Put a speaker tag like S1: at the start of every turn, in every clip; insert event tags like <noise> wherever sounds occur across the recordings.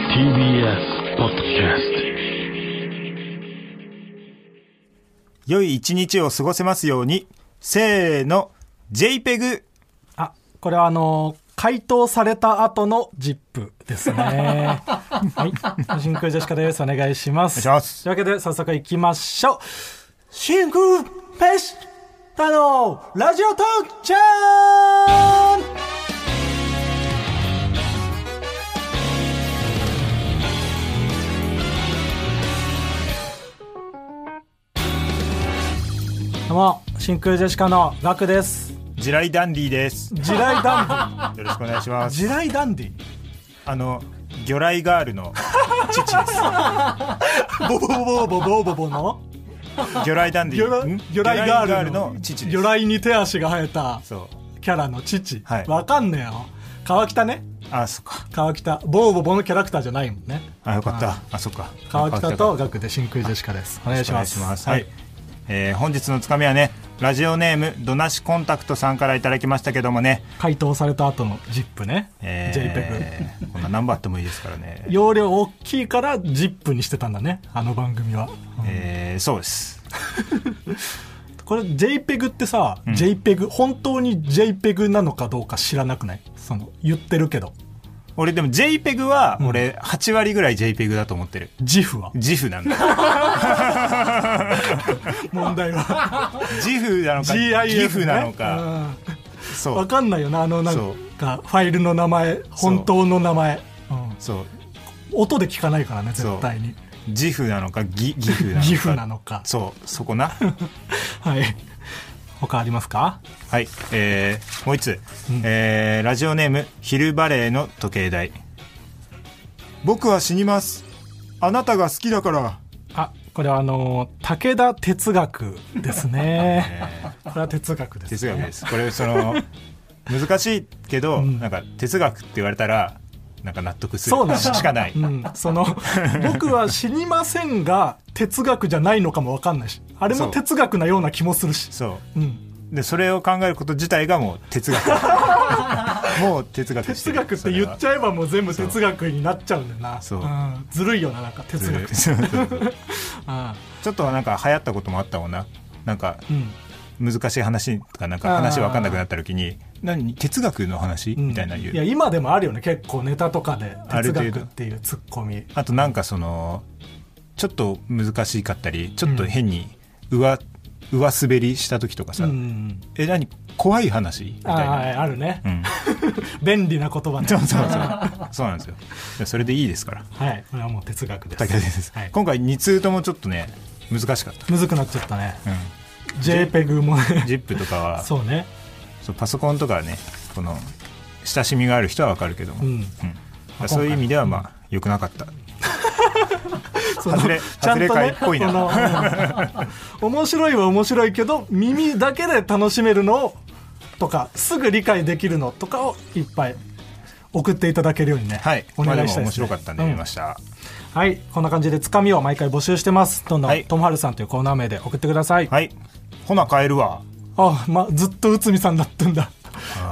S1: TBS ポッドキャス
S2: 良い一日を過ごせますようにせーの JPEG
S3: あ、これはあのー解凍された後のジップですね。
S2: <laughs>
S3: はい。真空ジェシカです。お願いします。
S2: お願いします
S3: というわけで、早速行きましょう。真空ペシタのラジオトークちゃんどうも、真空ジェシカのガクです。
S2: 地雷ダンディです
S3: 地雷ダンディ。
S2: よろしくお願いします
S3: 地雷ダンディ
S2: あの魚雷ガールの
S3: ボボボボボボボボの
S2: 魚雷ダンディ
S3: 魚雷
S2: ん
S3: 魚雷ガール
S2: 魚雷ガール
S3: の
S2: の父です
S3: 魚雷に手足が生えた
S2: そう
S3: キャラの父
S2: はい
S3: わかんねえよ川北ね
S2: あそっか
S3: 川北ボーボボのキャラクターじゃないもんね
S2: あよかったあそっか
S3: 川北
S2: か
S3: とガクで真空ジェシカですお願いします
S2: は
S3: はいい、
S2: えー本日のつかみはねラジオネームどなしコンタクトさんからいただきましたけどもね、
S3: 解凍された後のジップね、JPEG
S2: えーこんな何番あってもいいですからね、
S3: 容量大きいからジップにしてたんだねあの番組は、
S2: えーそうです
S3: これ JPEG ってさ、JPEG 本当に JPEG なのかどうか知らなくないその言ってるけど
S2: 俺でも JPEG は俺8割ぐらい JPEG だと思ってる
S3: GIF は
S2: GIF なん
S3: <laughs>
S2: だ
S3: 問 <laughs> 題は
S2: GIF なのか
S3: GIF
S2: GIF
S3: ね
S2: なのか、
S3: うん
S2: そ
S3: わ
S2: う
S3: かんないよなあのなん
S2: そう
S3: かファイルの名前本当の名前、うん
S2: そう
S3: 音で聞かないからね
S2: そう
S3: 絶対に
S2: GIF なのか GIF なのか
S3: GIF なのか
S2: そうそこ
S3: <laughs>
S2: な
S3: はい他ありますか
S2: はいえー、もう一つ、えーラジオネーム昼バレーの時計台僕は死にますあなたが好きだから
S3: あこれはあのー武田哲学です
S2: <laughs>
S3: <laughs> ねこれは哲学です、ね、
S2: 哲学ですこれその
S3: <laughs>
S2: 難しいけど、なんか哲学って言われたらなんか納得する
S3: そうなんだ
S2: しかない、
S3: うん、その僕は死にませんが哲学じゃないのかもわかんないしあれ
S2: そ
S3: も
S2: う
S3: 哲学なような気もするし
S2: そう
S3: う、ん、
S2: でそれを考えること自体がもう哲
S3: <laughs>
S2: 学もう哲学して
S3: 哲
S2: る
S3: 学って言っちゃえばもう全部哲学になっちゃうんだよな、
S2: そうん
S3: ずるいよななんか哲
S2: それ
S3: 学
S2: はそうそうそう
S3: あ
S2: ちょっとなんか流行ったこともあったもんななんか
S3: あうん
S2: 難しい話とかなんか話分かんなくなった時に何哲学の話、みたいな言う
S3: いや今でもあるよね結構ネタとかで
S2: ある
S3: 哲
S2: 程度
S3: 学っていうツッコミ
S2: あとなんかそのちょっと難しかったりちょっと変に上,、上滑りした時とかさ、
S3: うん
S2: え何怖い話み
S3: あ
S2: たい
S3: あ
S2: な、
S3: あるね、
S2: うん
S3: <laughs> 便利な言葉ね
S2: そうそうそうそうなんですよでそれでいいですから
S3: はいこれはもう哲学です
S2: 武田です、
S3: はい、
S2: 今回2通ともちょっとね難しかった
S3: むずくなっちゃったね
S2: う
S3: JPEG も
S2: ん、
S3: ね
S2: ZIP とかはそう
S3: <laughs> そうね
S2: パソコンとかはねこの親しみがある人はわかるけども、
S3: うん
S2: うん
S3: まあ
S2: そういう意味ではまあ良くなかった
S3: その
S2: 外れ
S3: ちゃんとね
S2: 外れ会っぽいな
S3: そのうん面白いは面白いけど耳だけで楽しめるのをとかすぐ理解できるのとかをいっぱい送っていただけるようにね、
S2: はい
S3: お願いし
S2: まあ、でも
S3: たいで
S2: 面
S3: す、
S2: 白
S3: ね
S2: かったんで見ました、
S3: はい、こんな感じでつかみを毎回募集してます。どんどん、
S2: はい
S3: ともはるさんというコーナー名で送ってください。
S2: はいほな帰るわ
S3: あ、ま、ずっと内海さんだったんだ。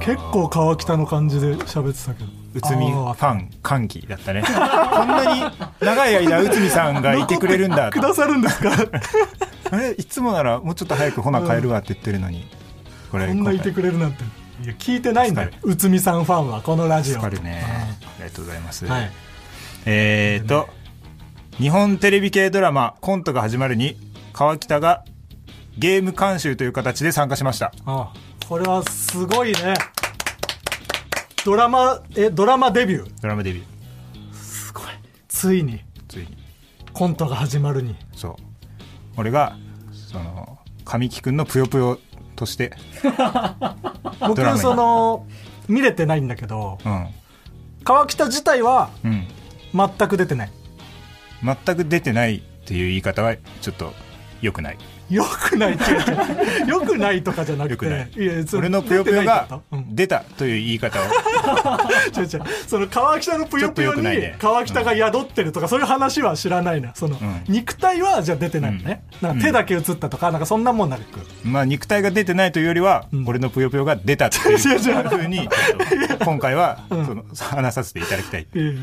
S3: 結構川北の感じで喋ってたけど。
S2: 内海フ
S3: あー
S2: ァン歓喜だったねこんなに長い間内海さんがいてくれるんだ
S3: <laughs> くださるんで
S2: <laughs>
S3: すか
S2: あれいつもならもうちょっと早くほな帰るわって言ってるのに、これ
S3: こんないてくれるなんて。いや、聞いてないんだよ
S2: 助。
S3: 内海さんファンは、このラジオ。
S2: 助かるねありがとうございます、
S3: はい。
S2: えーと、日本テレビ系ドラマコントが始まるに川北がゲーム監修という形で参加しました
S3: あこれはすごいね。ドラマ、え、ドラマデビュー。
S2: ドラマデビュー
S3: すごい。ついに、
S2: ついに
S3: コントが始まるに。
S2: そう俺がその神木君のぷよぷよとしてドラマ
S3: 僕、
S2: に
S3: その、見れてないんだけど、
S2: うん
S3: 川北自体は
S2: うん
S3: 全く出てない
S2: 全く出てないっていう言い方はちょっと良くない
S3: よくないって
S2: <laughs>
S3: 言うとよくないとかじゃなく
S2: 良
S3: て
S2: くない
S3: やそ
S2: 俺のぷよぷよが <laughs>
S3: 出
S2: 出たという言い方を
S3: てないってことうん違う違うその川北のぷよぷ
S2: ちょっと良
S3: よ
S2: く
S3: に
S2: ないね
S3: 川北が宿ってるとかそういう話は知らないなその
S2: ん
S3: 肉体はじゃあ出てないのねなんか手だけ映ったとかなんかそんなもんなく
S2: まあ肉体が出てないというよりは、
S3: ん
S2: 俺のぷよぷよが出たっていう
S3: <laughs> 違う違う
S2: ふうにちょっと今回はその話させていただきたい
S3: いやいや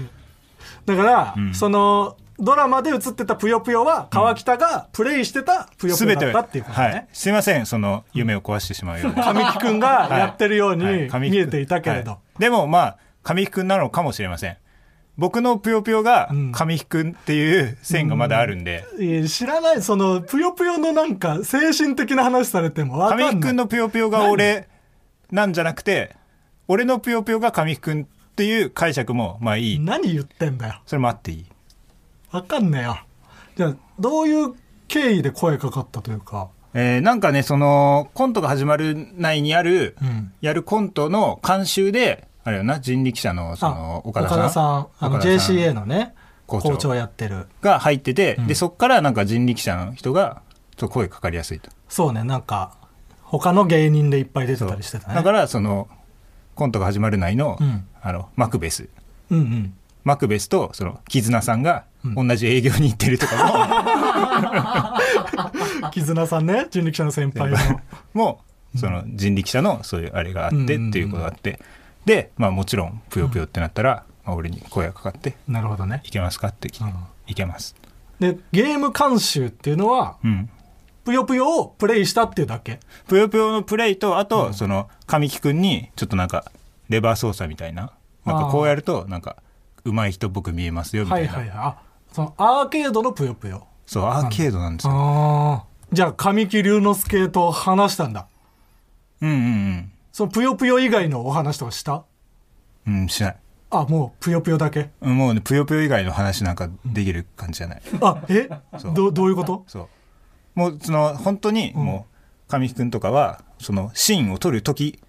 S3: だから、
S2: ん
S3: そのドラマで映ってた「ぷよぷよ」は川北がプレイしてた「ぷよぷよ」
S2: 全
S3: だ
S2: て
S3: った
S2: は、
S3: っていうことね、
S2: はい。すいません、その、夢を壊してしまうような。
S3: 神木君がやってるように
S2: はい神木
S3: 見えていたけれど、
S2: はいでもまあ神木くんなのかもしれません僕のぷよぷよが
S3: ん
S2: 神木くんっていう線がまだあるんで、
S3: いや知らないそのぷよぷよのなんか精神的な話されてもわかんない
S2: 神木くんのぷよぷよが俺なんじゃなくて俺のぷよぷよが神木くんっていう解釈もまあいい、
S3: 何言ってんだよ
S2: それもあっていい
S3: わかんねえよじゃあどういう経緯で声かかったというか
S2: えーなんかねそのコントが始まる内にある、
S3: ん
S2: やるコントの監修であれよな人力車のその岡田さん
S3: あの
S2: 岡田さん
S3: JCA のね
S2: 校
S3: 校
S2: 長
S3: 長やってる
S2: が入ってて、でそっからなんか人力車の人がちょっと声かかりやすいと
S3: そうねなんか他の芸人でいっぱい出て
S2: そう
S3: たりしてたね
S2: だからそのコントが始まる内の,、
S3: うん
S2: あのマクベス
S3: うんうん
S2: マクベスとその絆さんが同じ営業に行ってるとか
S3: <laughs> 絆さんね人力車の先輩の
S2: も、
S3: <laughs>
S2: もうその人力車のそういうあれがあってっていうことがあって、で、まあ、もちろん「ぷよぷよ」ってなったら、まあ、俺に声がかかって
S3: なるほどね
S2: 「いけますか?」って聞いて、
S3: うん
S2: いけます」
S3: でゲーム監修っていうのは
S2: うん
S3: ぷよぷよをプレイしたっていうだけ
S2: ぷよぷよのプレイとあと、その神木くんにちょっとなんかレバー操作みたいななん
S3: あ
S2: か
S3: ー
S2: こうやるとなんか上手い人っぽく見えますよみた
S3: はいい
S2: な、
S3: はいはいあそのアーケードのぷよぷよ
S2: そうアーケードなんですよ
S3: ああじゃあ神木隆之介と話したんだ
S2: うんうん
S3: そのぷよぷよ以外のお話とかした
S2: うんうんしない
S3: あもうぷよぷよだけ
S2: うんもうねぷよぷよ以外の話なんかできる感じじゃない
S3: あえどどういうこと
S2: そうもうその本当にもう神木君とかはそのシーンを撮る時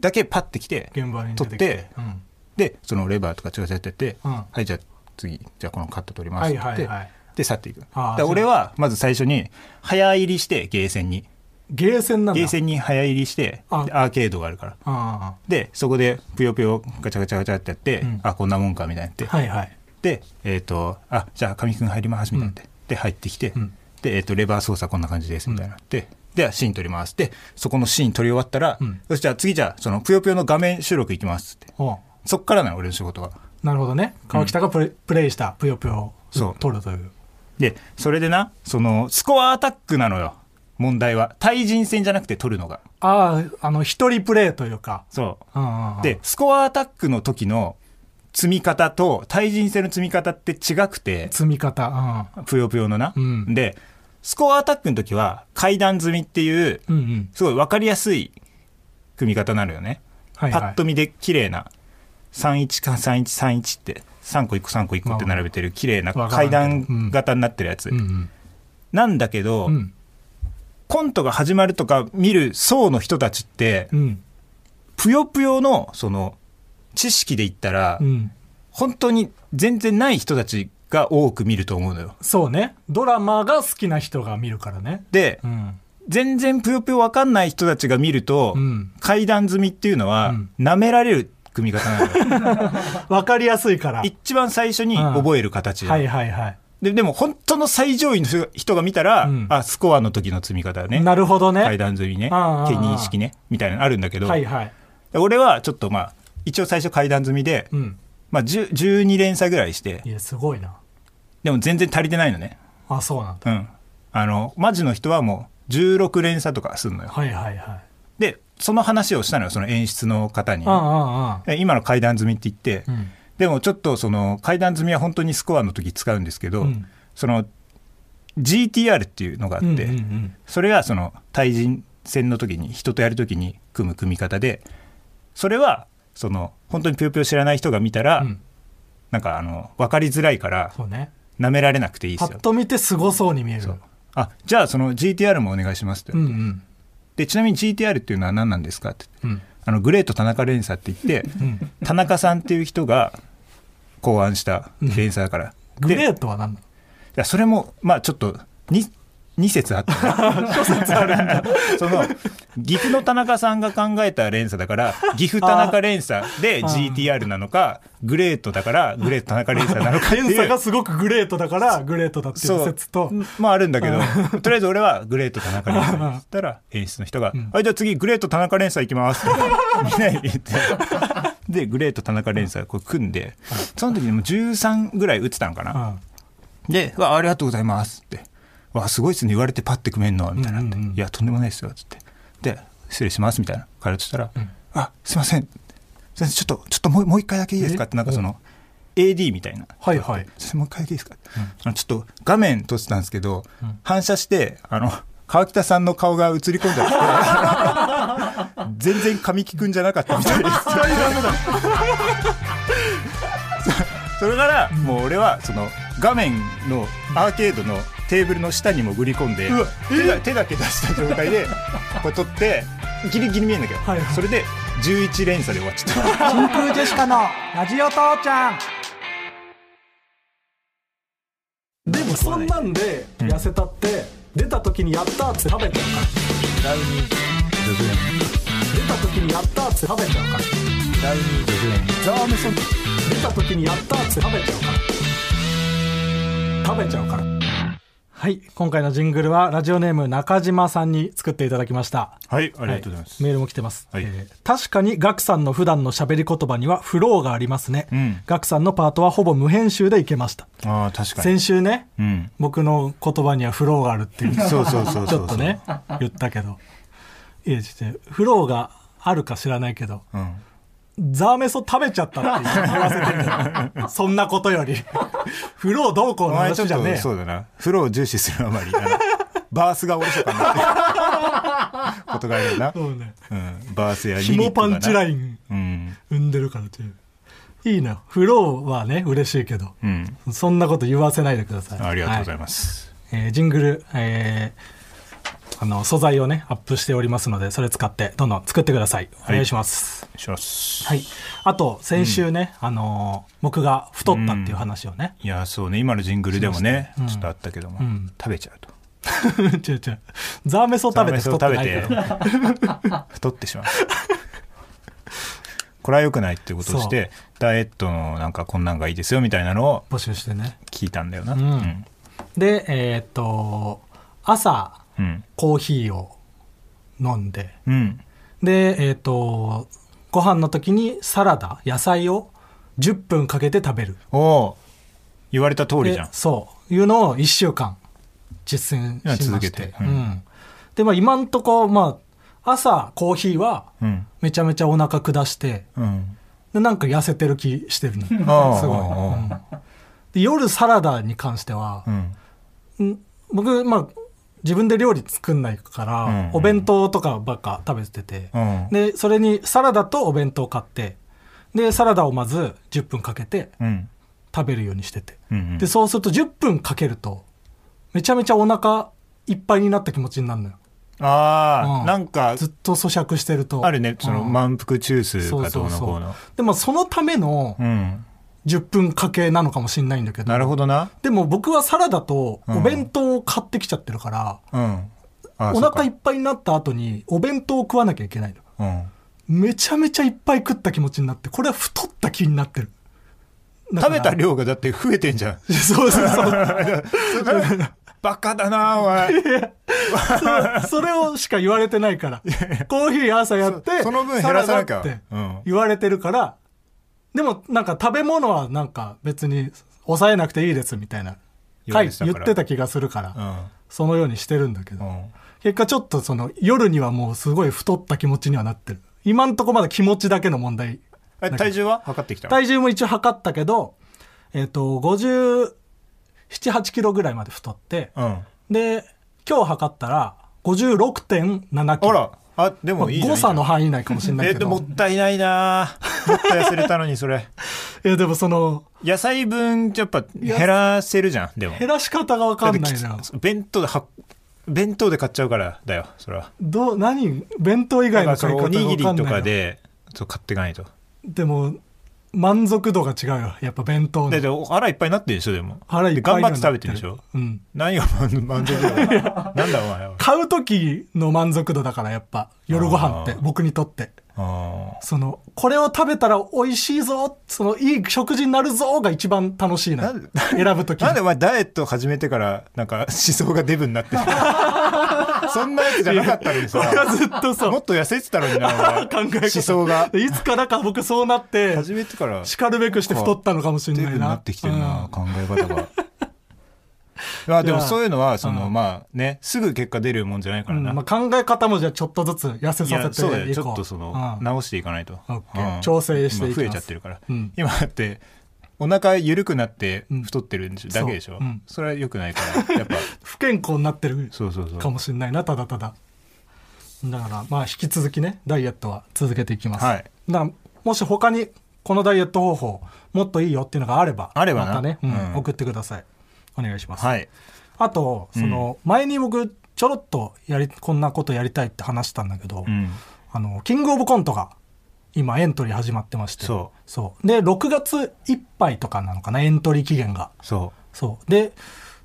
S2: だけパッて来て
S3: 現場に
S2: 撮
S3: 出
S2: ってて
S3: きて、うん
S2: でそのレバーとか調整やってって、
S3: うん
S2: はいじゃあ次じゃあこのカット撮りますって言って、
S3: はいはいはい
S2: で去っていくだ
S3: あー
S2: から俺はまず最初に早入りしてゲーセンに
S3: ゲーセンなんだ
S2: ゲーセンに早入りして
S3: あ
S2: でアーケードがあるから
S3: あ
S2: でそこでぷよぷよガチャガチャガチャってやって、
S3: ん
S2: あこんなもんかみたいになって
S3: あはいはい
S2: で、えっ、と、あ、じゃあ、神木君入ります、みたいになって。で、入ってきて、
S3: ん
S2: で、えっ、と、レバー操作こんな感じです、みたいになって。では、シーン撮ります。で、そこのシーン撮り終わったら、
S3: うん
S2: よし、じゃあ次じゃあ、その、ぷよぷよの画面収録いきます、って。
S3: おう
S2: そっからなの、俺の仕事が。
S3: なるほどね川北がプレ,、プレイしたぷよぷよ
S2: そ
S3: を
S2: う
S3: 撮るという
S2: で、それでな、その、スコアアタックなのよ。問題は。対人戦じゃなくて撮るのが。
S3: あああの一人プレイというか
S2: そう。
S3: うんうんうん
S2: で、スコアアタックの時の積み方と、対人戦の積み方って違くて、
S3: 積み方う
S2: ぷよぷよのな。
S3: うん
S2: で、スコアアタックの時は、階段積みっていう、
S3: んうんうん
S2: すごい分かりやすい組み方なのよね。
S3: はい
S2: パ
S3: は
S2: ッ
S3: い
S2: と見で綺麗な、31か3131って、3個1個3個1個って並べてる綺麗な
S3: まあ
S2: 階
S3: わからんけどう
S2: 段
S3: ん
S2: 型になってるやつ
S3: う。ん
S2: なんだけど
S3: うんう、ん
S2: コントが始まるとか見る層の人たちって
S3: う、ん
S2: ぷよぷよの、その、知識で言ったら
S3: う、ん
S2: 本当に全然ない人たちが多く見ると思うのよ。
S3: そうねドラマが好きな人が見るからね
S2: で
S3: う、ん
S2: 全然ぷよぷよわかんない人たちが見ると、
S3: うん
S2: 階段積みっていうのは、
S3: うん
S2: 舐められる組み方
S3: <laughs>
S2: なのよ。
S3: わかりやすいから
S2: 一番最初に覚える形なの、
S3: はいはいはい
S2: で。でも本当の最上位の人が人が見たら、
S3: うん
S2: あ、スコアの時の積み方ね。
S3: なるほどね
S2: 階段積みね。
S3: ああ
S2: 権認識ね。みたいなのあるんだけど、
S3: はいはい
S2: 俺はちょっとまあ、一応最初階段積みで、
S3: うん
S2: まあ、10 12連鎖ぐらいして
S3: い、やすごいな
S2: でも全然足りてないのね。
S3: あそうなんだ
S2: うん。あの、マジの人はもう16連鎖とかすんのよ。
S3: はいはいはい
S2: で、その話をしたのよ、その演出の方に。
S3: うんうんうん
S2: で今の階段積みって言って、
S3: うん
S2: でもちょっとその階段積みは本当にスコアの時使うんですけど、
S3: うん
S2: その GTR っていうのがあって、
S3: うんうんうん
S2: それはその対人戦の時に人とやる時に組む組み方でそれはその本当にぷよぷよ知らない人が見たら、
S3: うん
S2: なんかあの分かりづらいから
S3: そうね
S2: 舐められなくていいで
S3: パ
S2: すよ
S3: ッ。と見てすごそうに見える
S2: そうあじゃあその GTR もお願いしますって、
S3: うんうん
S2: でちなみに GTR っていうのは何なんですかって
S3: うん
S2: あのグレート田中連鎖って言って、
S3: うん
S2: 田中さんっていう人が考案した連鎖だから、
S3: グ
S2: で
S3: レートは何なの
S2: いやそれもまあちょっとに2説あったな <laughs> その岐阜の田中さんが考えた連鎖だから岐阜田中連鎖で GTR なのかグレートだからグレート田中連鎖なのかって
S3: 連
S2: い
S3: 鎖が
S2: う。
S3: すごくグレートだからグレートだっていう
S2: そう
S3: 説と
S2: まああるんだけどとりあえず俺はグレート田中連鎖って <laughs> 言ったら演出の人が「はいじゃあ次グレート田中連鎖行きます」みんなに言ってでグレート田中連載こう組んで、その時にもう13ぐらい打ってたのかな、でうわありがとうございます」って「わすごいっすね言われてパッて組めんの」みたいなって、
S3: うんうんうん
S2: いやとんでもないですよ」っつって「で失礼します」みたいな彼としたら「あすいません先生ちょっとちょっともうもう一回だけいいですか」
S3: え
S2: ってなんかその AD みたいな
S3: はいはい
S2: それもう一回だけいいですか、あのちょっと画面撮ってたんですけど、
S3: ん
S2: 反射してあの川北さんの顔が映り <laughs> 込んじゃって全然神木くんじゃなかったみたい <laughs> ですそそれからもう俺はその画面のアーケードのテーブルの下に潜り込んで
S3: うわ
S2: 手だ手だけ出した状態でこれ撮ってギリギリ見えんだけど、
S3: はいはい
S2: それで11連鎖で終わっちゃった <laughs>
S3: 真空ジェシカのラジオ父ちゃんでもそんなんで痩せたって、出た時にやったーって食べちゃうから出た時にやったーって食べちゃうから
S2: ザーメソン
S3: 出た時にやったーって食べちゃうから食べちゃうからはい今回のジングルはラジオネーム中島さんに作っていただきました
S2: はいありがとうございます、
S3: メールも来てます、
S2: はい
S3: えー確かにガクさんの普段の喋り言葉にはフローがありますね、
S2: うん
S3: ガクさんのパートはほぼ無編集でいけました、
S2: ああ確かに
S3: 先週ね、
S2: うん
S3: 僕の言葉にはフローがある <laughs> ってい
S2: <laughs>
S3: う
S2: そうそうそうそう
S3: ちょっとね言ったけどいやちょっとフローがあるか知らないけど
S2: うん
S3: ザーメソ食べちゃったって言わせ
S2: <laughs>
S3: てるそんなことよりフローどうこう
S2: お
S3: の
S2: 前ちょ
S3: 話
S2: っ
S3: じゃ
S2: と
S3: ねえ
S2: そ
S3: よ
S2: うだな風呂を重視するあまりあのバースがおろそかになってることがあるよな、
S3: <laughs> そうね
S2: うん、バースやリリッ
S3: 紐
S2: クが
S3: パ
S2: な
S3: ンチライン
S2: うん
S3: 生んでるからっていういいなフローはね嬉しいけど、
S2: うん
S3: そんなこと言わせないでください
S2: ありがとうござい
S3: は
S2: ます、
S3: えージングル、えーあの素材をねアップしておりますのでそれ使ってどんどん作ってくださいお願いしま
S2: お
S3: す、
S2: 願いします
S3: はい。あと、先週ね、あのー僕が太ったっていう話をね。
S2: いやそうね今のジングルでもね、
S3: しましたうん
S2: ちょっとあったけども、
S3: うん
S2: 食べちゃうと
S3: <laughs> 違う違う。ザーメソ食べて太ってないけ
S2: ザ
S3: ど。
S2: ーメンを食べて太ってしまう <laughs> これは良くないっていうことをしてダイエットのなんかこんなんがいいですよみたいなのを
S3: 募集してね。
S2: 聞いたんだよな、
S3: うんで、えーっと、朝、
S2: うん
S3: コーヒーを飲んで、
S2: うん
S3: で、えーっと、ご飯の時にサラダ、野菜を10分かけて食べる。
S2: おお言われた通りじゃん
S3: でそう。いうのを1週間実践しまして。
S2: 続けて
S3: う。
S2: うんん
S3: で、まあ今んとこ、まあ、朝コーヒーは
S2: うん
S3: めちゃめちゃお腹下して、
S2: うん
S3: でなんか痩せてる気してるの
S2: ああ
S3: すごい、
S2: ああ
S3: うんで夜サラダに関しては
S2: う、ん
S3: ん僕まあ自分で料理作んないから、
S2: うんうん
S3: お弁当とかばっか食べてて、
S2: うん
S3: でそれにサラダとお弁当買ってでサラダをまず10分かけて
S2: うん
S3: 食べるようにしてて、
S2: うん
S3: でそうすると10分かけるとめちゃめちゃお腹いっぱいになった気持ちになるのよ
S2: ああ、
S3: うん
S2: なんか
S3: ずっと咀嚼してると
S2: あるねその
S3: うん
S2: 満腹中枢
S3: そう
S2: がど
S3: そう
S2: うの
S3: そ
S2: こう
S3: う
S2: の
S3: でもそのための
S2: うん
S3: 10分かけなのかもしれないんだけど
S2: なるほどな
S3: でも僕はサラダとお弁当を買ってきちゃってるから、
S2: うんあ
S3: お腹い
S2: い
S3: っぱいになった後にお弁当を食わなきゃいけないの。
S2: うん
S3: めちゃめちゃいっぱい食った気持ちになって、これは太った気になってる。だか
S2: 食
S3: ら
S2: べた量がだって増えてんじゃん
S3: <laughs> そうそうそう。
S2: <laughs> バカだなお
S3: <laughs>
S2: 前
S3: そうそれをしか言われてないから。コーヒー朝やって、
S2: そその分減らさなきゃ
S3: サラダって
S2: うん
S3: 言われてるから、でもなんか食べ物はなんか別に抑えなくていいですみたいな。
S2: 言わ
S3: 回
S2: れてたか
S3: 言
S2: ら
S3: ってた気がするから、
S2: う
S3: そのようにしてるんだけど。
S2: んうん
S3: 結果ちょっとその夜にはもうすごい太った気持ちにはなってる。今んとこまだ気持ちだけの問題。
S2: え体重は測ってきたの
S3: 体重も一応測ったけど、えっ、と、57、8キロぐらいまで太って、
S2: うん
S3: で、今日測ったら56.7キ
S2: あ
S3: ロ。
S2: らあで
S3: まあ
S2: もいいじゃん
S3: 誤差の範囲内かもしれない
S2: え
S3: け
S2: っ
S3: ど。
S2: ともったいないなもっと痩せれたのにそれ
S3: いや、でもその、
S2: 野菜分やっぱ減らせるじゃんでも
S3: 減らし方がわかんないな
S2: だっ。てき弁当では弁当で買っちゃうからだよそれは
S3: どう、何弁当以
S2: だ
S3: 外
S2: か
S3: の
S2: らそのお
S3: 買い方がわかんない
S2: に
S3: な。
S2: ぎりとかでそう買っていかないと
S3: でも、満足度が違うよ。やっぱ弁当の
S2: だってお腹いっぱいになってるでしょでも
S3: 腹いっぱい
S2: で頑張
S3: にはな
S2: って食べてるでしょ
S3: うん。
S2: 何が満満足だなんだお
S3: <laughs>
S2: 前は
S3: 買う時の満足度だからやっぱ夜ご飯って
S2: あー
S3: 僕にとって
S2: あ
S3: そのこれを食べたら美味しいぞそのいい食事になるぞが一番楽しい
S2: な
S3: な
S2: ん
S3: 選ぶ
S2: ー
S3: 時
S2: なんで
S3: に
S2: お
S3: <laughs>
S2: 前ダイエット始めてからなんか思想がデブになってるそんなやつじゃなかったのに
S3: これは
S2: さ
S3: <laughs> ずっとそ
S2: も
S3: う
S2: っと痩せてたのになお
S3: <laughs> 考え
S2: 前
S3: 方
S2: 思想が
S3: いつからか僕そうなって
S2: 初めてから
S3: しかるべくして太ったのかもしれ
S2: テ
S3: な
S2: ー
S3: い
S2: プ
S3: な
S2: になってきてるな、考え方が <laughs> まあでもそういうのはその、まあねすぐ結果出るもんじゃないか
S3: う
S2: ら
S3: ん
S2: な、
S3: まあ、考え方もじゃあちょっとずつ痩せ
S2: い
S3: さ
S2: や
S3: せ
S2: そうだ
S3: て
S2: よ
S3: い
S2: ち
S3: こう
S2: ょっとその、
S3: うん
S2: 直していかないと、
S3: ッケー調整していきます
S2: 今増えちゃってるから、
S3: うん
S2: 今だってお腹緩くなって
S3: うん
S2: 太ってるんでしょだけでしょ
S3: そううん
S2: それは良くないから
S3: <laughs>
S2: やっぱ
S3: 不健康になってる
S2: そうそうそう
S3: かもしれないなただただだからまあ引き続きねダイエットは続けていきます、
S2: はい
S3: だからもし他にこのダイエット方法もっといいよっていうのがあれば
S2: あれば
S3: ま
S2: な
S3: たね、うん
S2: うん
S3: 送ってくださいお願いします、
S2: はい
S3: あとその、前に僕ちょろっとやりこんなことやりたいって話したんだけど、
S2: うん
S3: あのキングオブコントが今エントリー始まってまして
S2: そう
S3: そうで6月いっぱいとかなのかなエントリー期限が
S2: そ
S3: そうで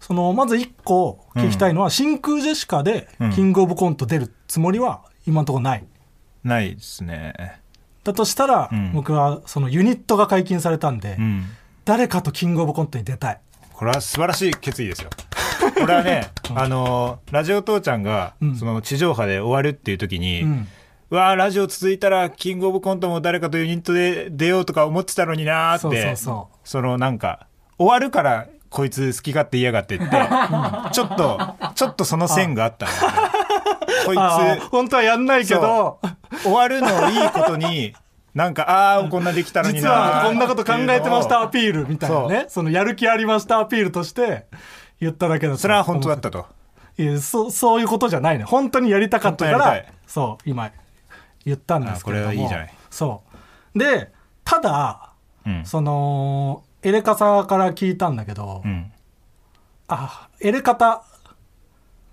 S3: そのまず1個聞きたいのは、真空ジェシカで
S2: うん
S3: キングオブコント出るつもりは今のところない、
S2: うないですね
S3: だとしたら、
S2: うん
S3: 僕はそのユニットが解禁されたんで、
S2: うん
S3: 誰かとキングオブコントに出たい
S2: これは素晴らしい決意ですよこれはね、あのーラジオ父ちゃんが、
S3: うん
S2: その地上波で終わるっていう時に、
S3: うん
S2: わあラジオ続いたらキングオブコントも誰かとユニットで出ようとか思ってたのになーって
S3: そうそうそう
S2: そのなんか終わるからこいつ好き勝手言いやがってって、ちょっとちょっとその線があ
S3: <laughs>
S2: ったのこい
S3: あ
S2: つ
S3: 本当はやんないけど
S2: 終わるのをいいことになんかああーこんなできたのに
S3: 実
S2: な
S3: はこんなこと考えてましたア
S2: って
S3: ピ
S2: いうのを
S3: ールみたいなねそのやる気ありましたアピールとして言っただけだと
S2: それは本当だったと
S3: いやそそういうことじゃないね本当にやりたかったか
S2: 本当にや
S3: ら
S2: りたい
S3: そう今言ったんですけれども
S2: あこれはいいじゃない
S3: そうでただ
S2: うん
S3: そのエレカタから聞いたんだけど、
S2: うん
S3: あエレカタ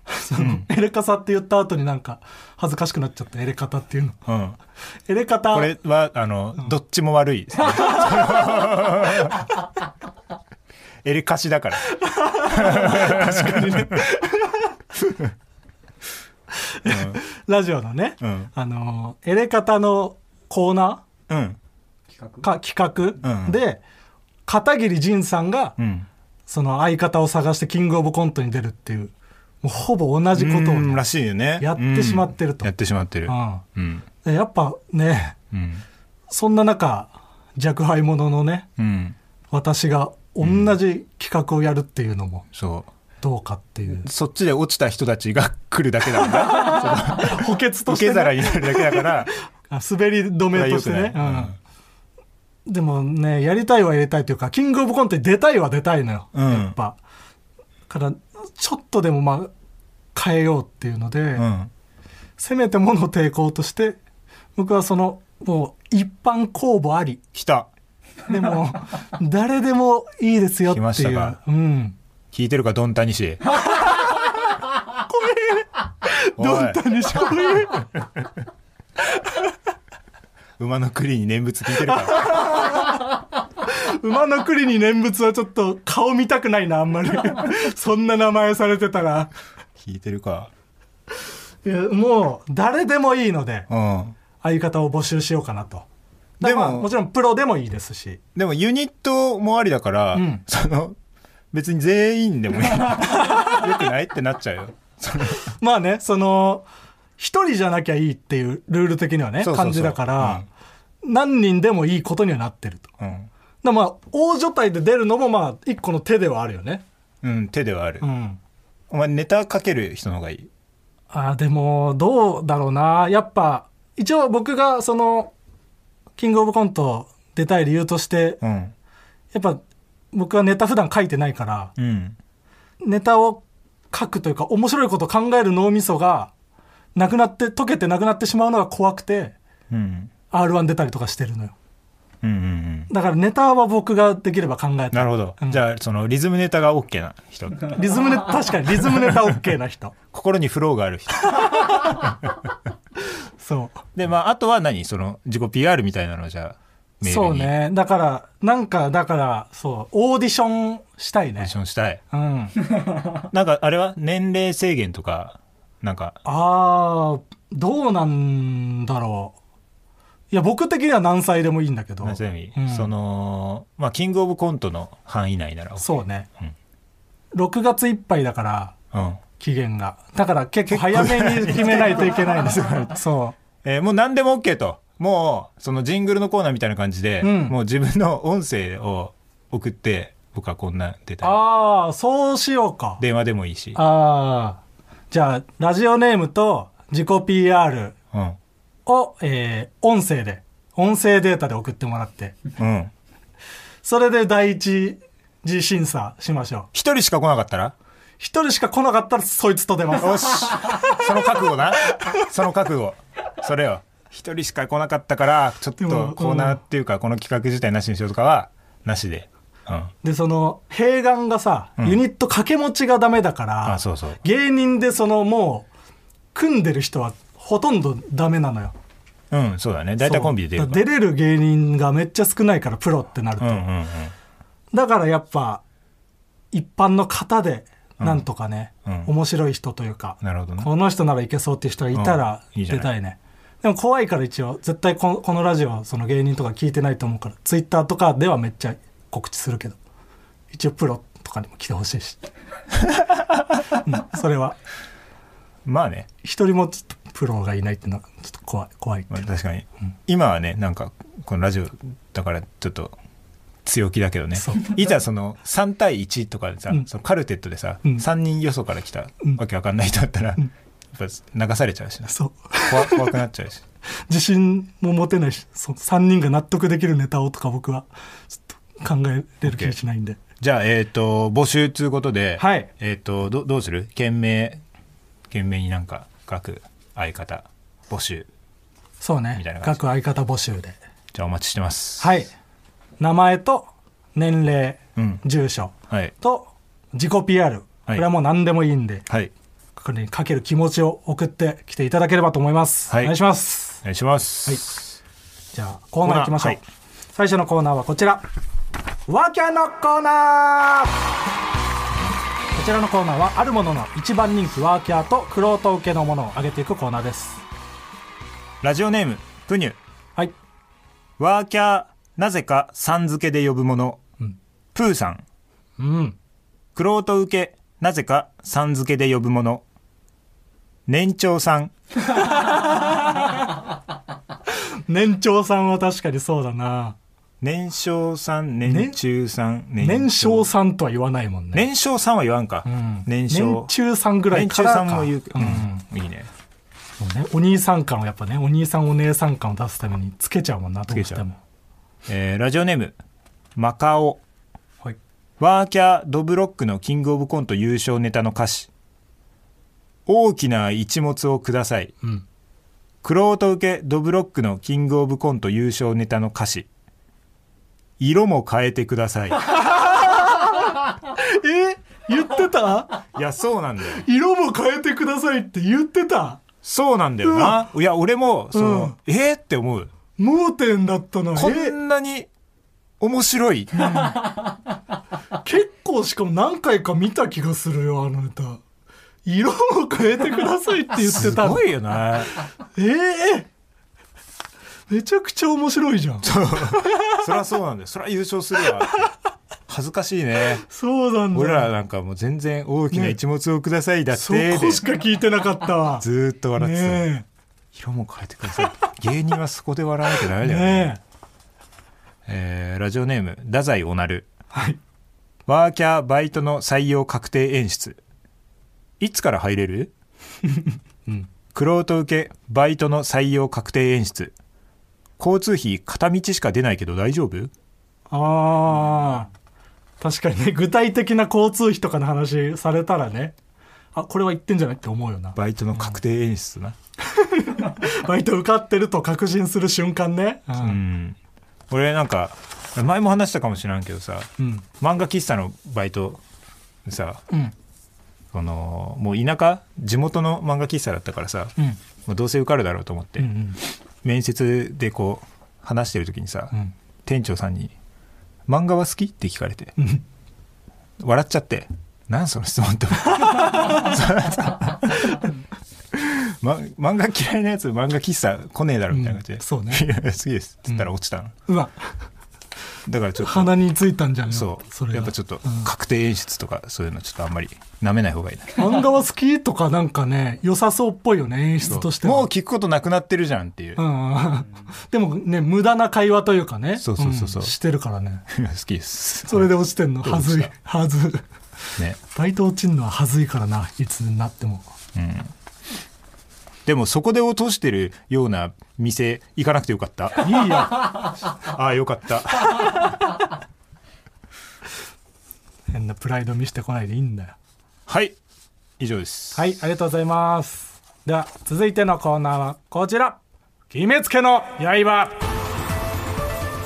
S3: <laughs> そのエレカサって言った後になんか恥ずかしくなっちゃったエレカタっていうの
S2: うん
S3: エレカタ
S2: これはあの、どっちも悪
S3: <laughs>
S2: いですねエレカシだから
S3: ラジオのね、
S2: うん
S3: あのーエレカタのコーナ
S2: うん
S3: ーか企
S2: う
S3: 画
S2: ん
S3: で、片桐仁さんが
S2: うん
S3: その相方を探してキングオブコントに出るっていうもうほぼ同じことをね、
S2: うんらしいよね
S3: やってしまってると
S2: うんやってしまってる
S3: う
S2: うん
S3: んでやっぱね
S2: うん
S3: そんな中若輩者のね
S2: うん
S3: 私が同じ企画をやるっていうのも
S2: そ
S3: どうかっていう、
S2: うそっちで落ちた人たちが来るだけだから
S3: <laughs> 補欠と
S2: 受
S3: して、
S2: け皿
S3: ね、
S2: になるだけだ
S3: <laughs>
S2: から
S3: あ滑り止めとしてね、うんでもねやりたいはやりたいというかキングオブコントに出たいは出たいのよ、
S2: うん
S3: やっぱからちょっとでもまあ変えようっていうので、
S2: うん
S3: せめてもの抵抗として僕はそのもう一般公募あり
S2: <laughs> 来た
S3: でも誰でもいいですよって
S2: 来まし
S3: い
S2: た
S3: う
S2: か、
S3: うん、
S2: 聞いてるかドンタニ
S3: <laughs>
S2: シ
S3: ど
S2: お
S3: ん
S2: い
S3: たにしょう
S2: 馬の栗に念仏聞いてるか <laughs>
S3: 馬の栗に念仏はちょっと顔見たくないなあん
S2: <laughs>
S3: まりそんな名前されてたら
S2: 聞いてるか
S3: いやもう誰でもいいので
S2: うん
S3: 相方を募集しようかなとで
S2: でも
S3: も、まあもちろんプロでもいいですし
S2: でもユニットもありだから、
S3: ん
S2: その別に全員で
S3: <laughs>
S2: もいいよくないってなっちゃうよその
S3: まあねその一人じゃなきゃいいっていうルール的にはね
S2: そうそうそう
S3: 感じだから、何人でもいいことにはなってるとだか
S2: うん、
S3: らまあ大所帯で出るのもまあ一個の手ではあるよね
S2: うん、手ではある、
S3: うん
S2: お前ネタかける人の方がいい
S3: あーでもどうだろうなやっぱ一応僕がそのキングオブコント出たい理由として
S2: うん
S3: やっぱ僕はネタ普段書いてないから
S2: うん
S3: ネタを書くというか面白いことを考える脳みそがなくなって溶けてなくなってしまうのが怖くて
S2: うん。
S3: r 1出たりとかしてるのよ
S2: うんうんうん。
S3: だからネタは僕ができれば考え
S2: な
S3: た
S2: るほど。
S3: うん
S2: じゃあ、そのリズムネタが OK な
S3: <laughs>
S2: 人。
S3: リズムネタ確かにリズムネタ OK な
S2: <laughs>
S3: 人
S2: 心にフローがある人。
S3: そ
S2: で、まあ、あとは何その自己 PR みたいなのをじゃあ、
S3: う
S2: メールに。
S3: そう。ねだからなんかだからそうオーディションしたいね
S2: ションしたい。
S3: うん
S2: なんか、あれは年齢制限とか、なんか、
S3: ああ、どうなんだろう。いや、僕的には何歳でもいいんだけど。
S2: 何せより
S3: うん
S2: その、まあ、キングオブコントの範囲内なら OK。
S3: そうね
S2: うん。
S3: 6月いっぱいだから、
S2: うん。
S3: 期限がだから結構早めに決めないといけないんで
S2: <laughs>
S3: すよそ
S2: えーもう何でも OK ともうそのジングルのコーナーみたいな感じで、
S3: うん
S2: もう自分の音声を送って僕はこんなん出
S3: う
S2: たい
S3: ああそうしようか
S2: 電話でもいいし、
S3: ああじゃあラジオネームと自己 PR
S2: うん
S3: を、えー音声で音声データで送ってもらって
S2: うん、
S3: それで第一次審査しましょう
S2: 一人しか来なかったら
S3: 一人しか来なかったらそいつと出ます
S2: よしその覚悟なその覚悟それよ一人しか来なかったからちょっと
S3: でも
S2: コーナーっていうかこの企画自体なしにしようとかはなしで、うん、あ
S3: でその併願がさ、
S2: うん
S3: ユニット掛け持ちがダメだから
S2: そうそう
S3: 芸人でそのもう組んでる人はほとんどダメなのよ
S2: うんそうだね大体コンビで出る
S3: そ
S2: から
S3: う出れる芸人がめっちゃ少ないからプロってなると、
S2: うんうんうん
S3: だからやっぱ一般の方でなんとかね、
S2: うんうん
S3: 面白い人というか、
S2: なるほどね
S3: この人ならいけそうっていう人がいたら
S2: うんいい
S3: 出
S2: じゃない
S3: たいね、でも怖いから一応絶対このこのラジオその芸人とか聞いてないと思うからツイッターとかではめっちゃ告知するけど一応プロとかにも来てほ
S2: <laughs>
S3: しいし、うんそれは
S2: まあね、
S3: 一人もちょっとプロがいないっていうのはちょっと怖い怖いって
S2: まあ、
S3: いう
S2: 確かに、今はねなんかこのラジオだからちょっと強気だけどね
S3: そう
S2: いざその3対1とかでさ、
S3: うん
S2: そのカルテットでさ、
S3: うん
S2: 3人よそから来た
S3: うん
S2: わけわかんない人だったら、
S3: ん
S2: やっぱ流されちゃうしな
S3: そう
S2: 怖怖くなっちゃうし <laughs>
S3: 自信も持てないしそ3人が納得できるネタをとか僕はちょっと考えれる気がしないんで、
S2: じゃあえっ、と募集ということで、
S3: はい
S2: えっ、とどどうする件名件名になんか書く相方募集
S3: そう
S2: み
S3: ね
S2: たいな感じ
S3: 各相方募集で
S2: じゃあお待ちしてます
S3: はい名前と年齢、
S2: うん
S3: 住所
S2: はい
S3: と自己 PR、これはもう何でもいいんで
S2: はい
S3: これにかける気持ちを送ってきていただければと思います、
S2: はい
S3: お願いします
S2: お願いします、
S3: じゃあコーナー行きましょう、
S2: コーナーは
S3: 最初のコーナーはこちらワーキャーのコーナーこちらのコーナーはあるものの一番人気ワーキャーとクロート受けのものを上げていくコーナーです
S2: ラジオネームプニュ
S3: はい
S2: ワーキャー、なぜかさん付けで呼ぶもの。
S3: うん
S2: プーさん、
S3: うん
S2: クロート受け、なぜかさん付けで呼ぶもの。年長さん、
S3: 年長さんは確かにそうだな
S2: 年少さん、年中さん、
S3: 年少
S2: さん。
S3: さんとは言わないもんね
S2: 年少さんは言わんか。
S3: うん
S2: 年少。
S3: 年中さんぐらい
S2: 年中
S3: から
S2: さ
S3: か
S2: んも言う。
S3: ん
S2: うんいいね。
S3: そうね、お兄さん感をやっぱねお兄さんお姉さん感を出すためにつけちゃうもんなどうして
S2: つけち
S3: も
S2: えーラジオネーム、マカオ。
S3: はい
S2: ワーキャードブロックのキングオブコント優勝ネタの歌詞。大きな一物をください。
S3: うん
S2: クロート受けドブロックのキングオブコント優勝ネタの歌詞。色も変えてくだ
S3: <laughs>
S2: さい。い
S3: え言ってた
S2: や、そうなんだよ。
S3: 色も変えてくださいって言ってた
S2: そうなんだよな。いや、俺も、その、えーって思う。
S3: 盲点だったの
S2: こ
S3: え
S2: んなに面白い。
S3: 結構しかも何回か見た気がするよあの歌色も変えてくださいって言って
S2: す <laughs>
S3: たの
S2: ごいよな。
S3: ええめちゃくちゃ面白いじゃん
S2: そりゃそうなんだよ。そりゃ優勝するわ。恥ずかしいね。
S3: そうなんだ
S2: 俺らなんかもう全然大きな一物をくださいだって
S3: そ
S2: で、
S3: こしか聞いてなかったわ
S2: <laughs> ずーっと笑ってた、
S3: ね
S2: 色も変えてください。 <laughs> 芸人はそこで笑わなきゃダメ
S3: え
S2: だよね
S3: ねえ
S2: えーラジオネーム太宰おなる
S3: はい
S2: ワーキャーバイトの採用確定演出いつから入れ <laughs> る、クロート受けバイトの採用確定演出交通費片道しか出ないけど大丈夫
S3: あー確かにね具体的な交通費とかの話されたらねあこれは言ってんじゃないって思うよな
S2: バイトの確定演出な、
S3: バイト受かってると確信する瞬間ねう
S2: うん
S3: ん、
S2: 俺なんか前も話したかもしれんけどさ
S3: うん
S2: 漫画喫茶のバイトさ
S3: うん
S2: そのもう田舎地元の漫画喫茶だったからさ、
S3: うん
S2: もうどうせ受かるだろうと思って、
S3: うん
S2: 面接でこう話してる時にさ、
S3: うん
S2: 店長さんに「漫画は好き?」って聞かれて笑っちゃって「何その質問」って
S3: <laughs>
S2: 思ってま漫画嫌いなや <laughs> つ漫画喫茶来ねえだろみたいな感じで「
S3: うんそうね
S2: いや好きです」って言ったら落ちたの、
S3: うわ
S2: だからちょっと
S3: 鼻についたんじゃんよ
S2: そう
S3: それが
S2: やっぱちょっと
S3: うん
S2: 確定演出とかそういうのちょっとあんまりなめない方がいいな
S3: 漫画は好きとかなんかね良さそうっぽいよね演出としては
S2: もう聞くことなくなってるじゃんっていう、
S3: うんうん、でもね無駄な会話というかね
S2: そうそうそうそうん
S3: してるからね
S2: <laughs> 好きです
S3: それで落ちてんの
S2: どう
S3: は
S2: でし
S3: ずい
S2: た
S3: はずい
S2: ね
S3: バイト落ちんのははずいからないつになっても
S2: うんでもそこで落としてるような店行かなくてよかった
S3: いいよ
S2: <laughs> ああよかった
S3: 変なプライド見せてこないでいいんだよ
S2: はい以上です
S3: はいありがとうございますでは続いてのコーナーはこちら決めつけの刃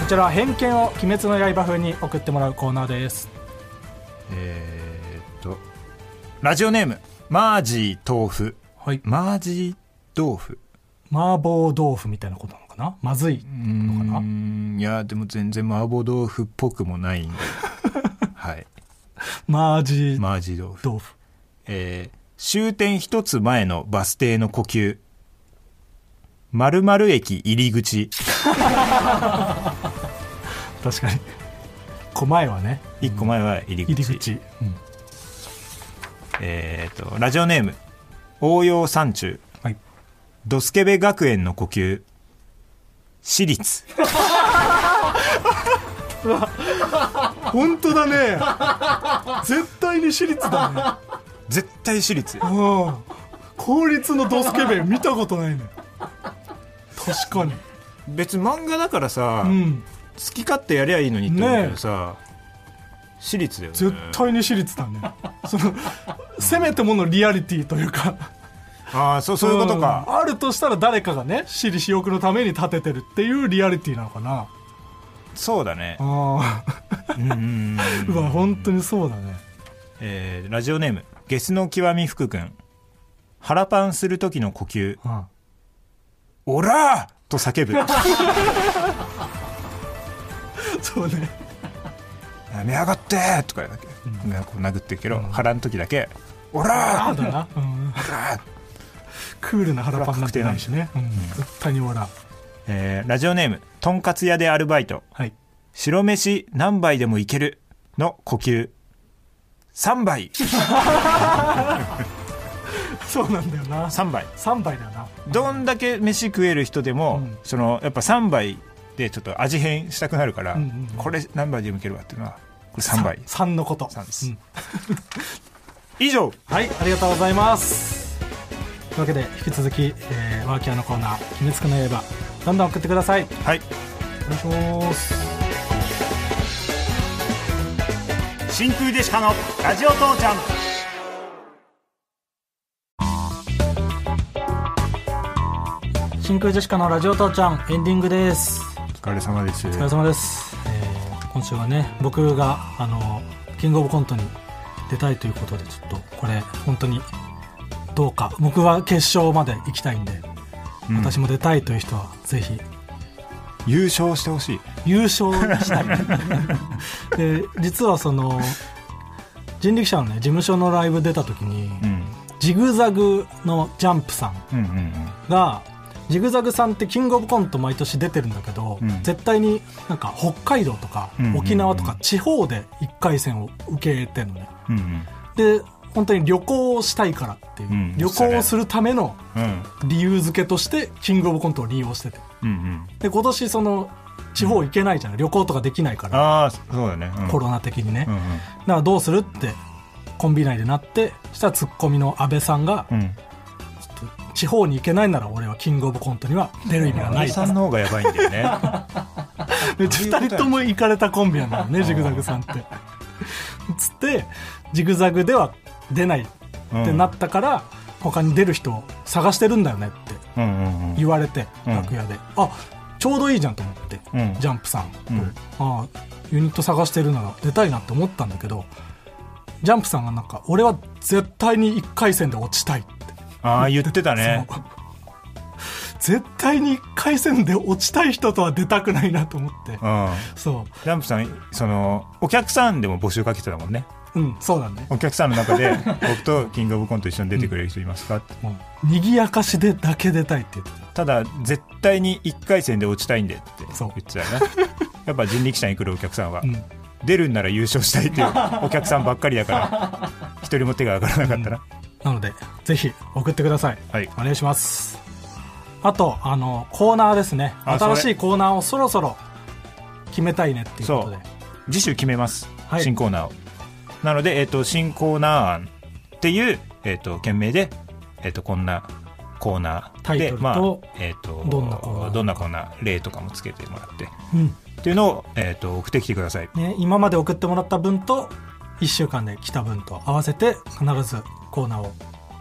S3: こちらは偏見を鬼滅の刃風に送ってもらうコーナーです
S2: えーっとラジオネームマージー豆腐
S3: はい
S2: マージー豆腐
S3: 麻婆豆腐みたいなことなのかなまずいう
S2: ーんいやでも全然麻婆豆腐っぽくもないん
S3: <laughs>
S2: ではい
S3: マージ
S2: マージー豆腐
S3: 豆腐
S2: えー終点一つ前のバス停の呼吸〇〇駅入り口
S3: 確かに狛江はね
S2: 一個前は入り口
S3: 入り口、うん
S2: えーっとラジオネーム応用山中
S3: はい、
S2: ドスケベ学園の呼吸私立
S3: <laughs> 本当だね絶対に私立だね
S2: 絶対私立
S3: <laughs> うん公立のドスケベ見たことないね確かに
S2: 別に漫画だからさ、
S3: う
S2: 好
S3: ん
S2: き勝手やりゃいいのにって思うけどさ、私立だよね
S3: 絶対に私立だねそのせめてものリアリティというか
S2: ああそうそういうことか、
S3: んあるとしたら誰かがね私利私欲のために立ててるっていうリアリティなのかな
S2: そうだね
S3: <laughs> ああ
S2: うんうんう
S3: うんわ本当にそうだね
S2: えーラジオネームゲスの極み福君腹パンする時の呼吸
S3: うん
S2: 「オラー!」と叫ぶ
S3: そうね
S2: 「目上がって!」とかだけ、ねこう殴ってるけど、腹の時だけ「オ
S3: あ
S2: ラ
S3: あ
S2: ー!
S3: だな、うん」クールな腹パンなんてないしね、うん、絶対に笑う
S2: えーラジオネームとんかつ屋でアルバイト
S3: はい
S2: 白飯何杯でもいけるの呼吸3杯
S3: そうなんだよな
S2: 3杯
S3: 3杯だよな
S2: どんだけ飯食える人でも、
S3: うん
S2: そのやっぱ3杯でちょっと味変したくなるから、
S3: うんうんうん
S2: これ何杯でもいけるわっていうのはこれ3杯
S3: 3のこと
S2: 三です
S3: うん
S2: 以上
S3: はいありがとうございますというわけで引き続き、えーワーキャーのコーナー「鬼滅の刃」どんどん送ってください
S2: はい
S3: お願いします
S2: 真空ジェシカのラジオ父ちゃん
S3: 真空ジェシカのラジオ父ちゃんエンディングです
S2: お疲れ様です
S3: お疲れ様です、えー今週はね僕があのキングオブコントに出たいということでちょっとこれ本当にどうか僕は決勝まで行きたいんで、
S2: ん
S3: 私も出たいという人はぜひ
S2: 優勝してほしい
S3: 優勝した
S2: <laughs>
S3: いで実はその人力車のね事務所のライブ出た時に、
S2: うん
S3: ジグザグのジャンプさん
S2: うんうん
S3: がジグザグさんってキングオブコント毎年出てるんだけど、
S2: うん
S3: 絶対になんか北海道とか
S2: うんうんうん
S3: 沖縄とか地方で1回戦を受けてるのね
S2: うんうん
S3: で本当に旅行をしたいからっていう、
S2: うん
S3: 旅行をするための
S2: うん
S3: 理由付けとしてキングオブコントを利用してて
S2: うんうん
S3: で今年その地方行けないじゃない、旅行とかできないから
S2: ああそうだね、うん、
S3: コロナ的にね、
S2: うん
S3: だからどうするってコンビ内でなってしたらツッコミの安倍さんが、
S2: うんうん
S3: 地方に行けないなら俺はキングオブコントには出る意味がない
S2: 森さんの方がやばいんだよね
S3: めっちゃ2人とも行かれたコンビなんだよねジグザグさんってつってジグザグでは出ないってなったから、他に出る人を探してるんだよねって
S2: うんうんうん
S3: 言われて、
S2: うん
S3: 楽屋であちょうどいいじゃんと思って、
S2: うん
S3: ジャンプさんと、
S2: うん
S3: あユニット探してるなら出たいなって思ったんだけどジャンプさんがなんか俺は絶対に1回戦で落ちたいって
S2: ああ言ってたね
S3: その絶対に1回戦で落ちたい人とは出たくないなと思って、
S2: うん
S3: そ
S2: ジャンプさんそのお客さんでも募集かけてたもんね
S3: ううんそうだね
S2: お客さんの中 <laughs> で僕とキングオブコント一緒に出てくれる人いますか、って
S3: もうにぎやかしでだけ出たいって言ってた
S2: ただ絶対に1回戦で落ちたいんでって
S3: そう
S2: 言ってたよね <laughs> やっぱ人力車に来るお客さんは、
S3: うん
S2: 出るんなら優勝したいって
S3: <laughs>
S2: いうお客さんばっかりだから一人も手が上がらなかったな、
S3: なのでぜひ送ってください、
S2: はい
S3: お願いしますあとあのコーナーですね
S2: あ
S3: 新しいコーナーをそろそろ決めたいねっていうことで
S2: そう次週決めます、
S3: はい
S2: 新コーナーをなので、えっと新コーナー案っていう、えっと件名で、えっとこんなコーナーで
S3: タイトルと
S2: まあえっと
S3: どんなコーナー
S2: どんなコーナー例とかもつけてもらって
S3: うん
S2: っていうのを、えっと送ってきてください
S3: ね、今まで送ってもらった分と1週間で来た分と合わせて必ずコーナーを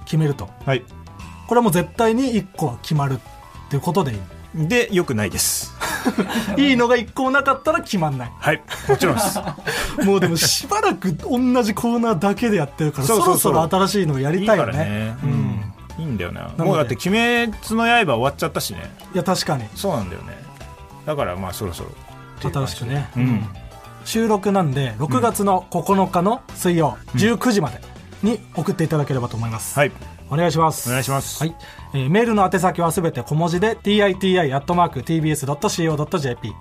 S3: 決めると
S2: はい
S3: これはもう絶対に1個は決まるっていうことでい
S2: <laughs>
S3: い
S2: でよくないです
S3: いいのが1個もなかったら決まんない
S2: はいもちろんです
S3: もうでもしばらく同じコーナーだけでやってるから
S2: そ
S3: そう
S2: そうそう
S3: ろそろ新しいのをやり
S2: いい
S3: た
S2: か
S3: いよ
S2: ら
S3: ね
S2: ね
S3: う
S2: うんんいいんだよな
S3: で
S2: もうだって「鬼滅の刃」終わっちゃったしね
S3: いや確かに
S2: そうなんだよねだからまあそろそろっていう感じ
S3: 新しくね、
S2: うん
S3: 収録なんで6月の9日の水曜19時までに送っていただければと思います、
S2: はい
S3: お願いします
S2: お願いします
S3: はいえーメールの宛先はすべて小文字で titi.tbs.co.jp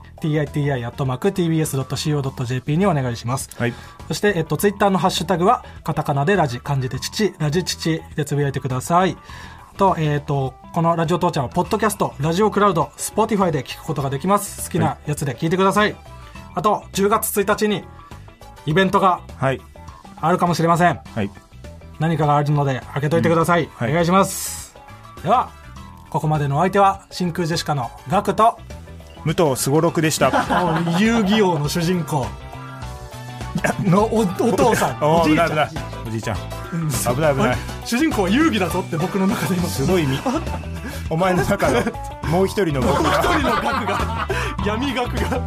S3: titi.tbs.co.jp にお願いします
S2: はい
S3: そして、えっと、ツイッターのハッシュタグは、カタカナでラジ、漢字で父、ラジ父でつぶやいてください。と、えっ、と、このラジオ父ちゃんは、ポッドキャスト、ラジオクラウド、スポーティファイで聞くことができます。好きなやつで聞いてください。あと、10月1日に、イベントが
S2: はい
S3: あるかもしれません。
S2: はい
S3: 何かがあるので、開けといてください。
S2: はい
S3: お願いします。では、ここまでのお相手は、真空ジェシカのガクと、
S2: 武藤すごろくでした <laughs>
S3: 遊戯王の主人公のおお父さ <laughs> ん、
S2: お
S3: お
S2: お
S3: じい
S2: 危
S3: ち
S2: ない
S3: ゃ
S2: 危
S3: ん
S2: ない。おじいちゃん危ない危
S3: あ
S2: な
S3: れ
S2: い
S3: 主人公は遊戯だぞって僕の中で今
S2: すごいみお前の中のもう一人の僕が
S3: 一人の額が闇額が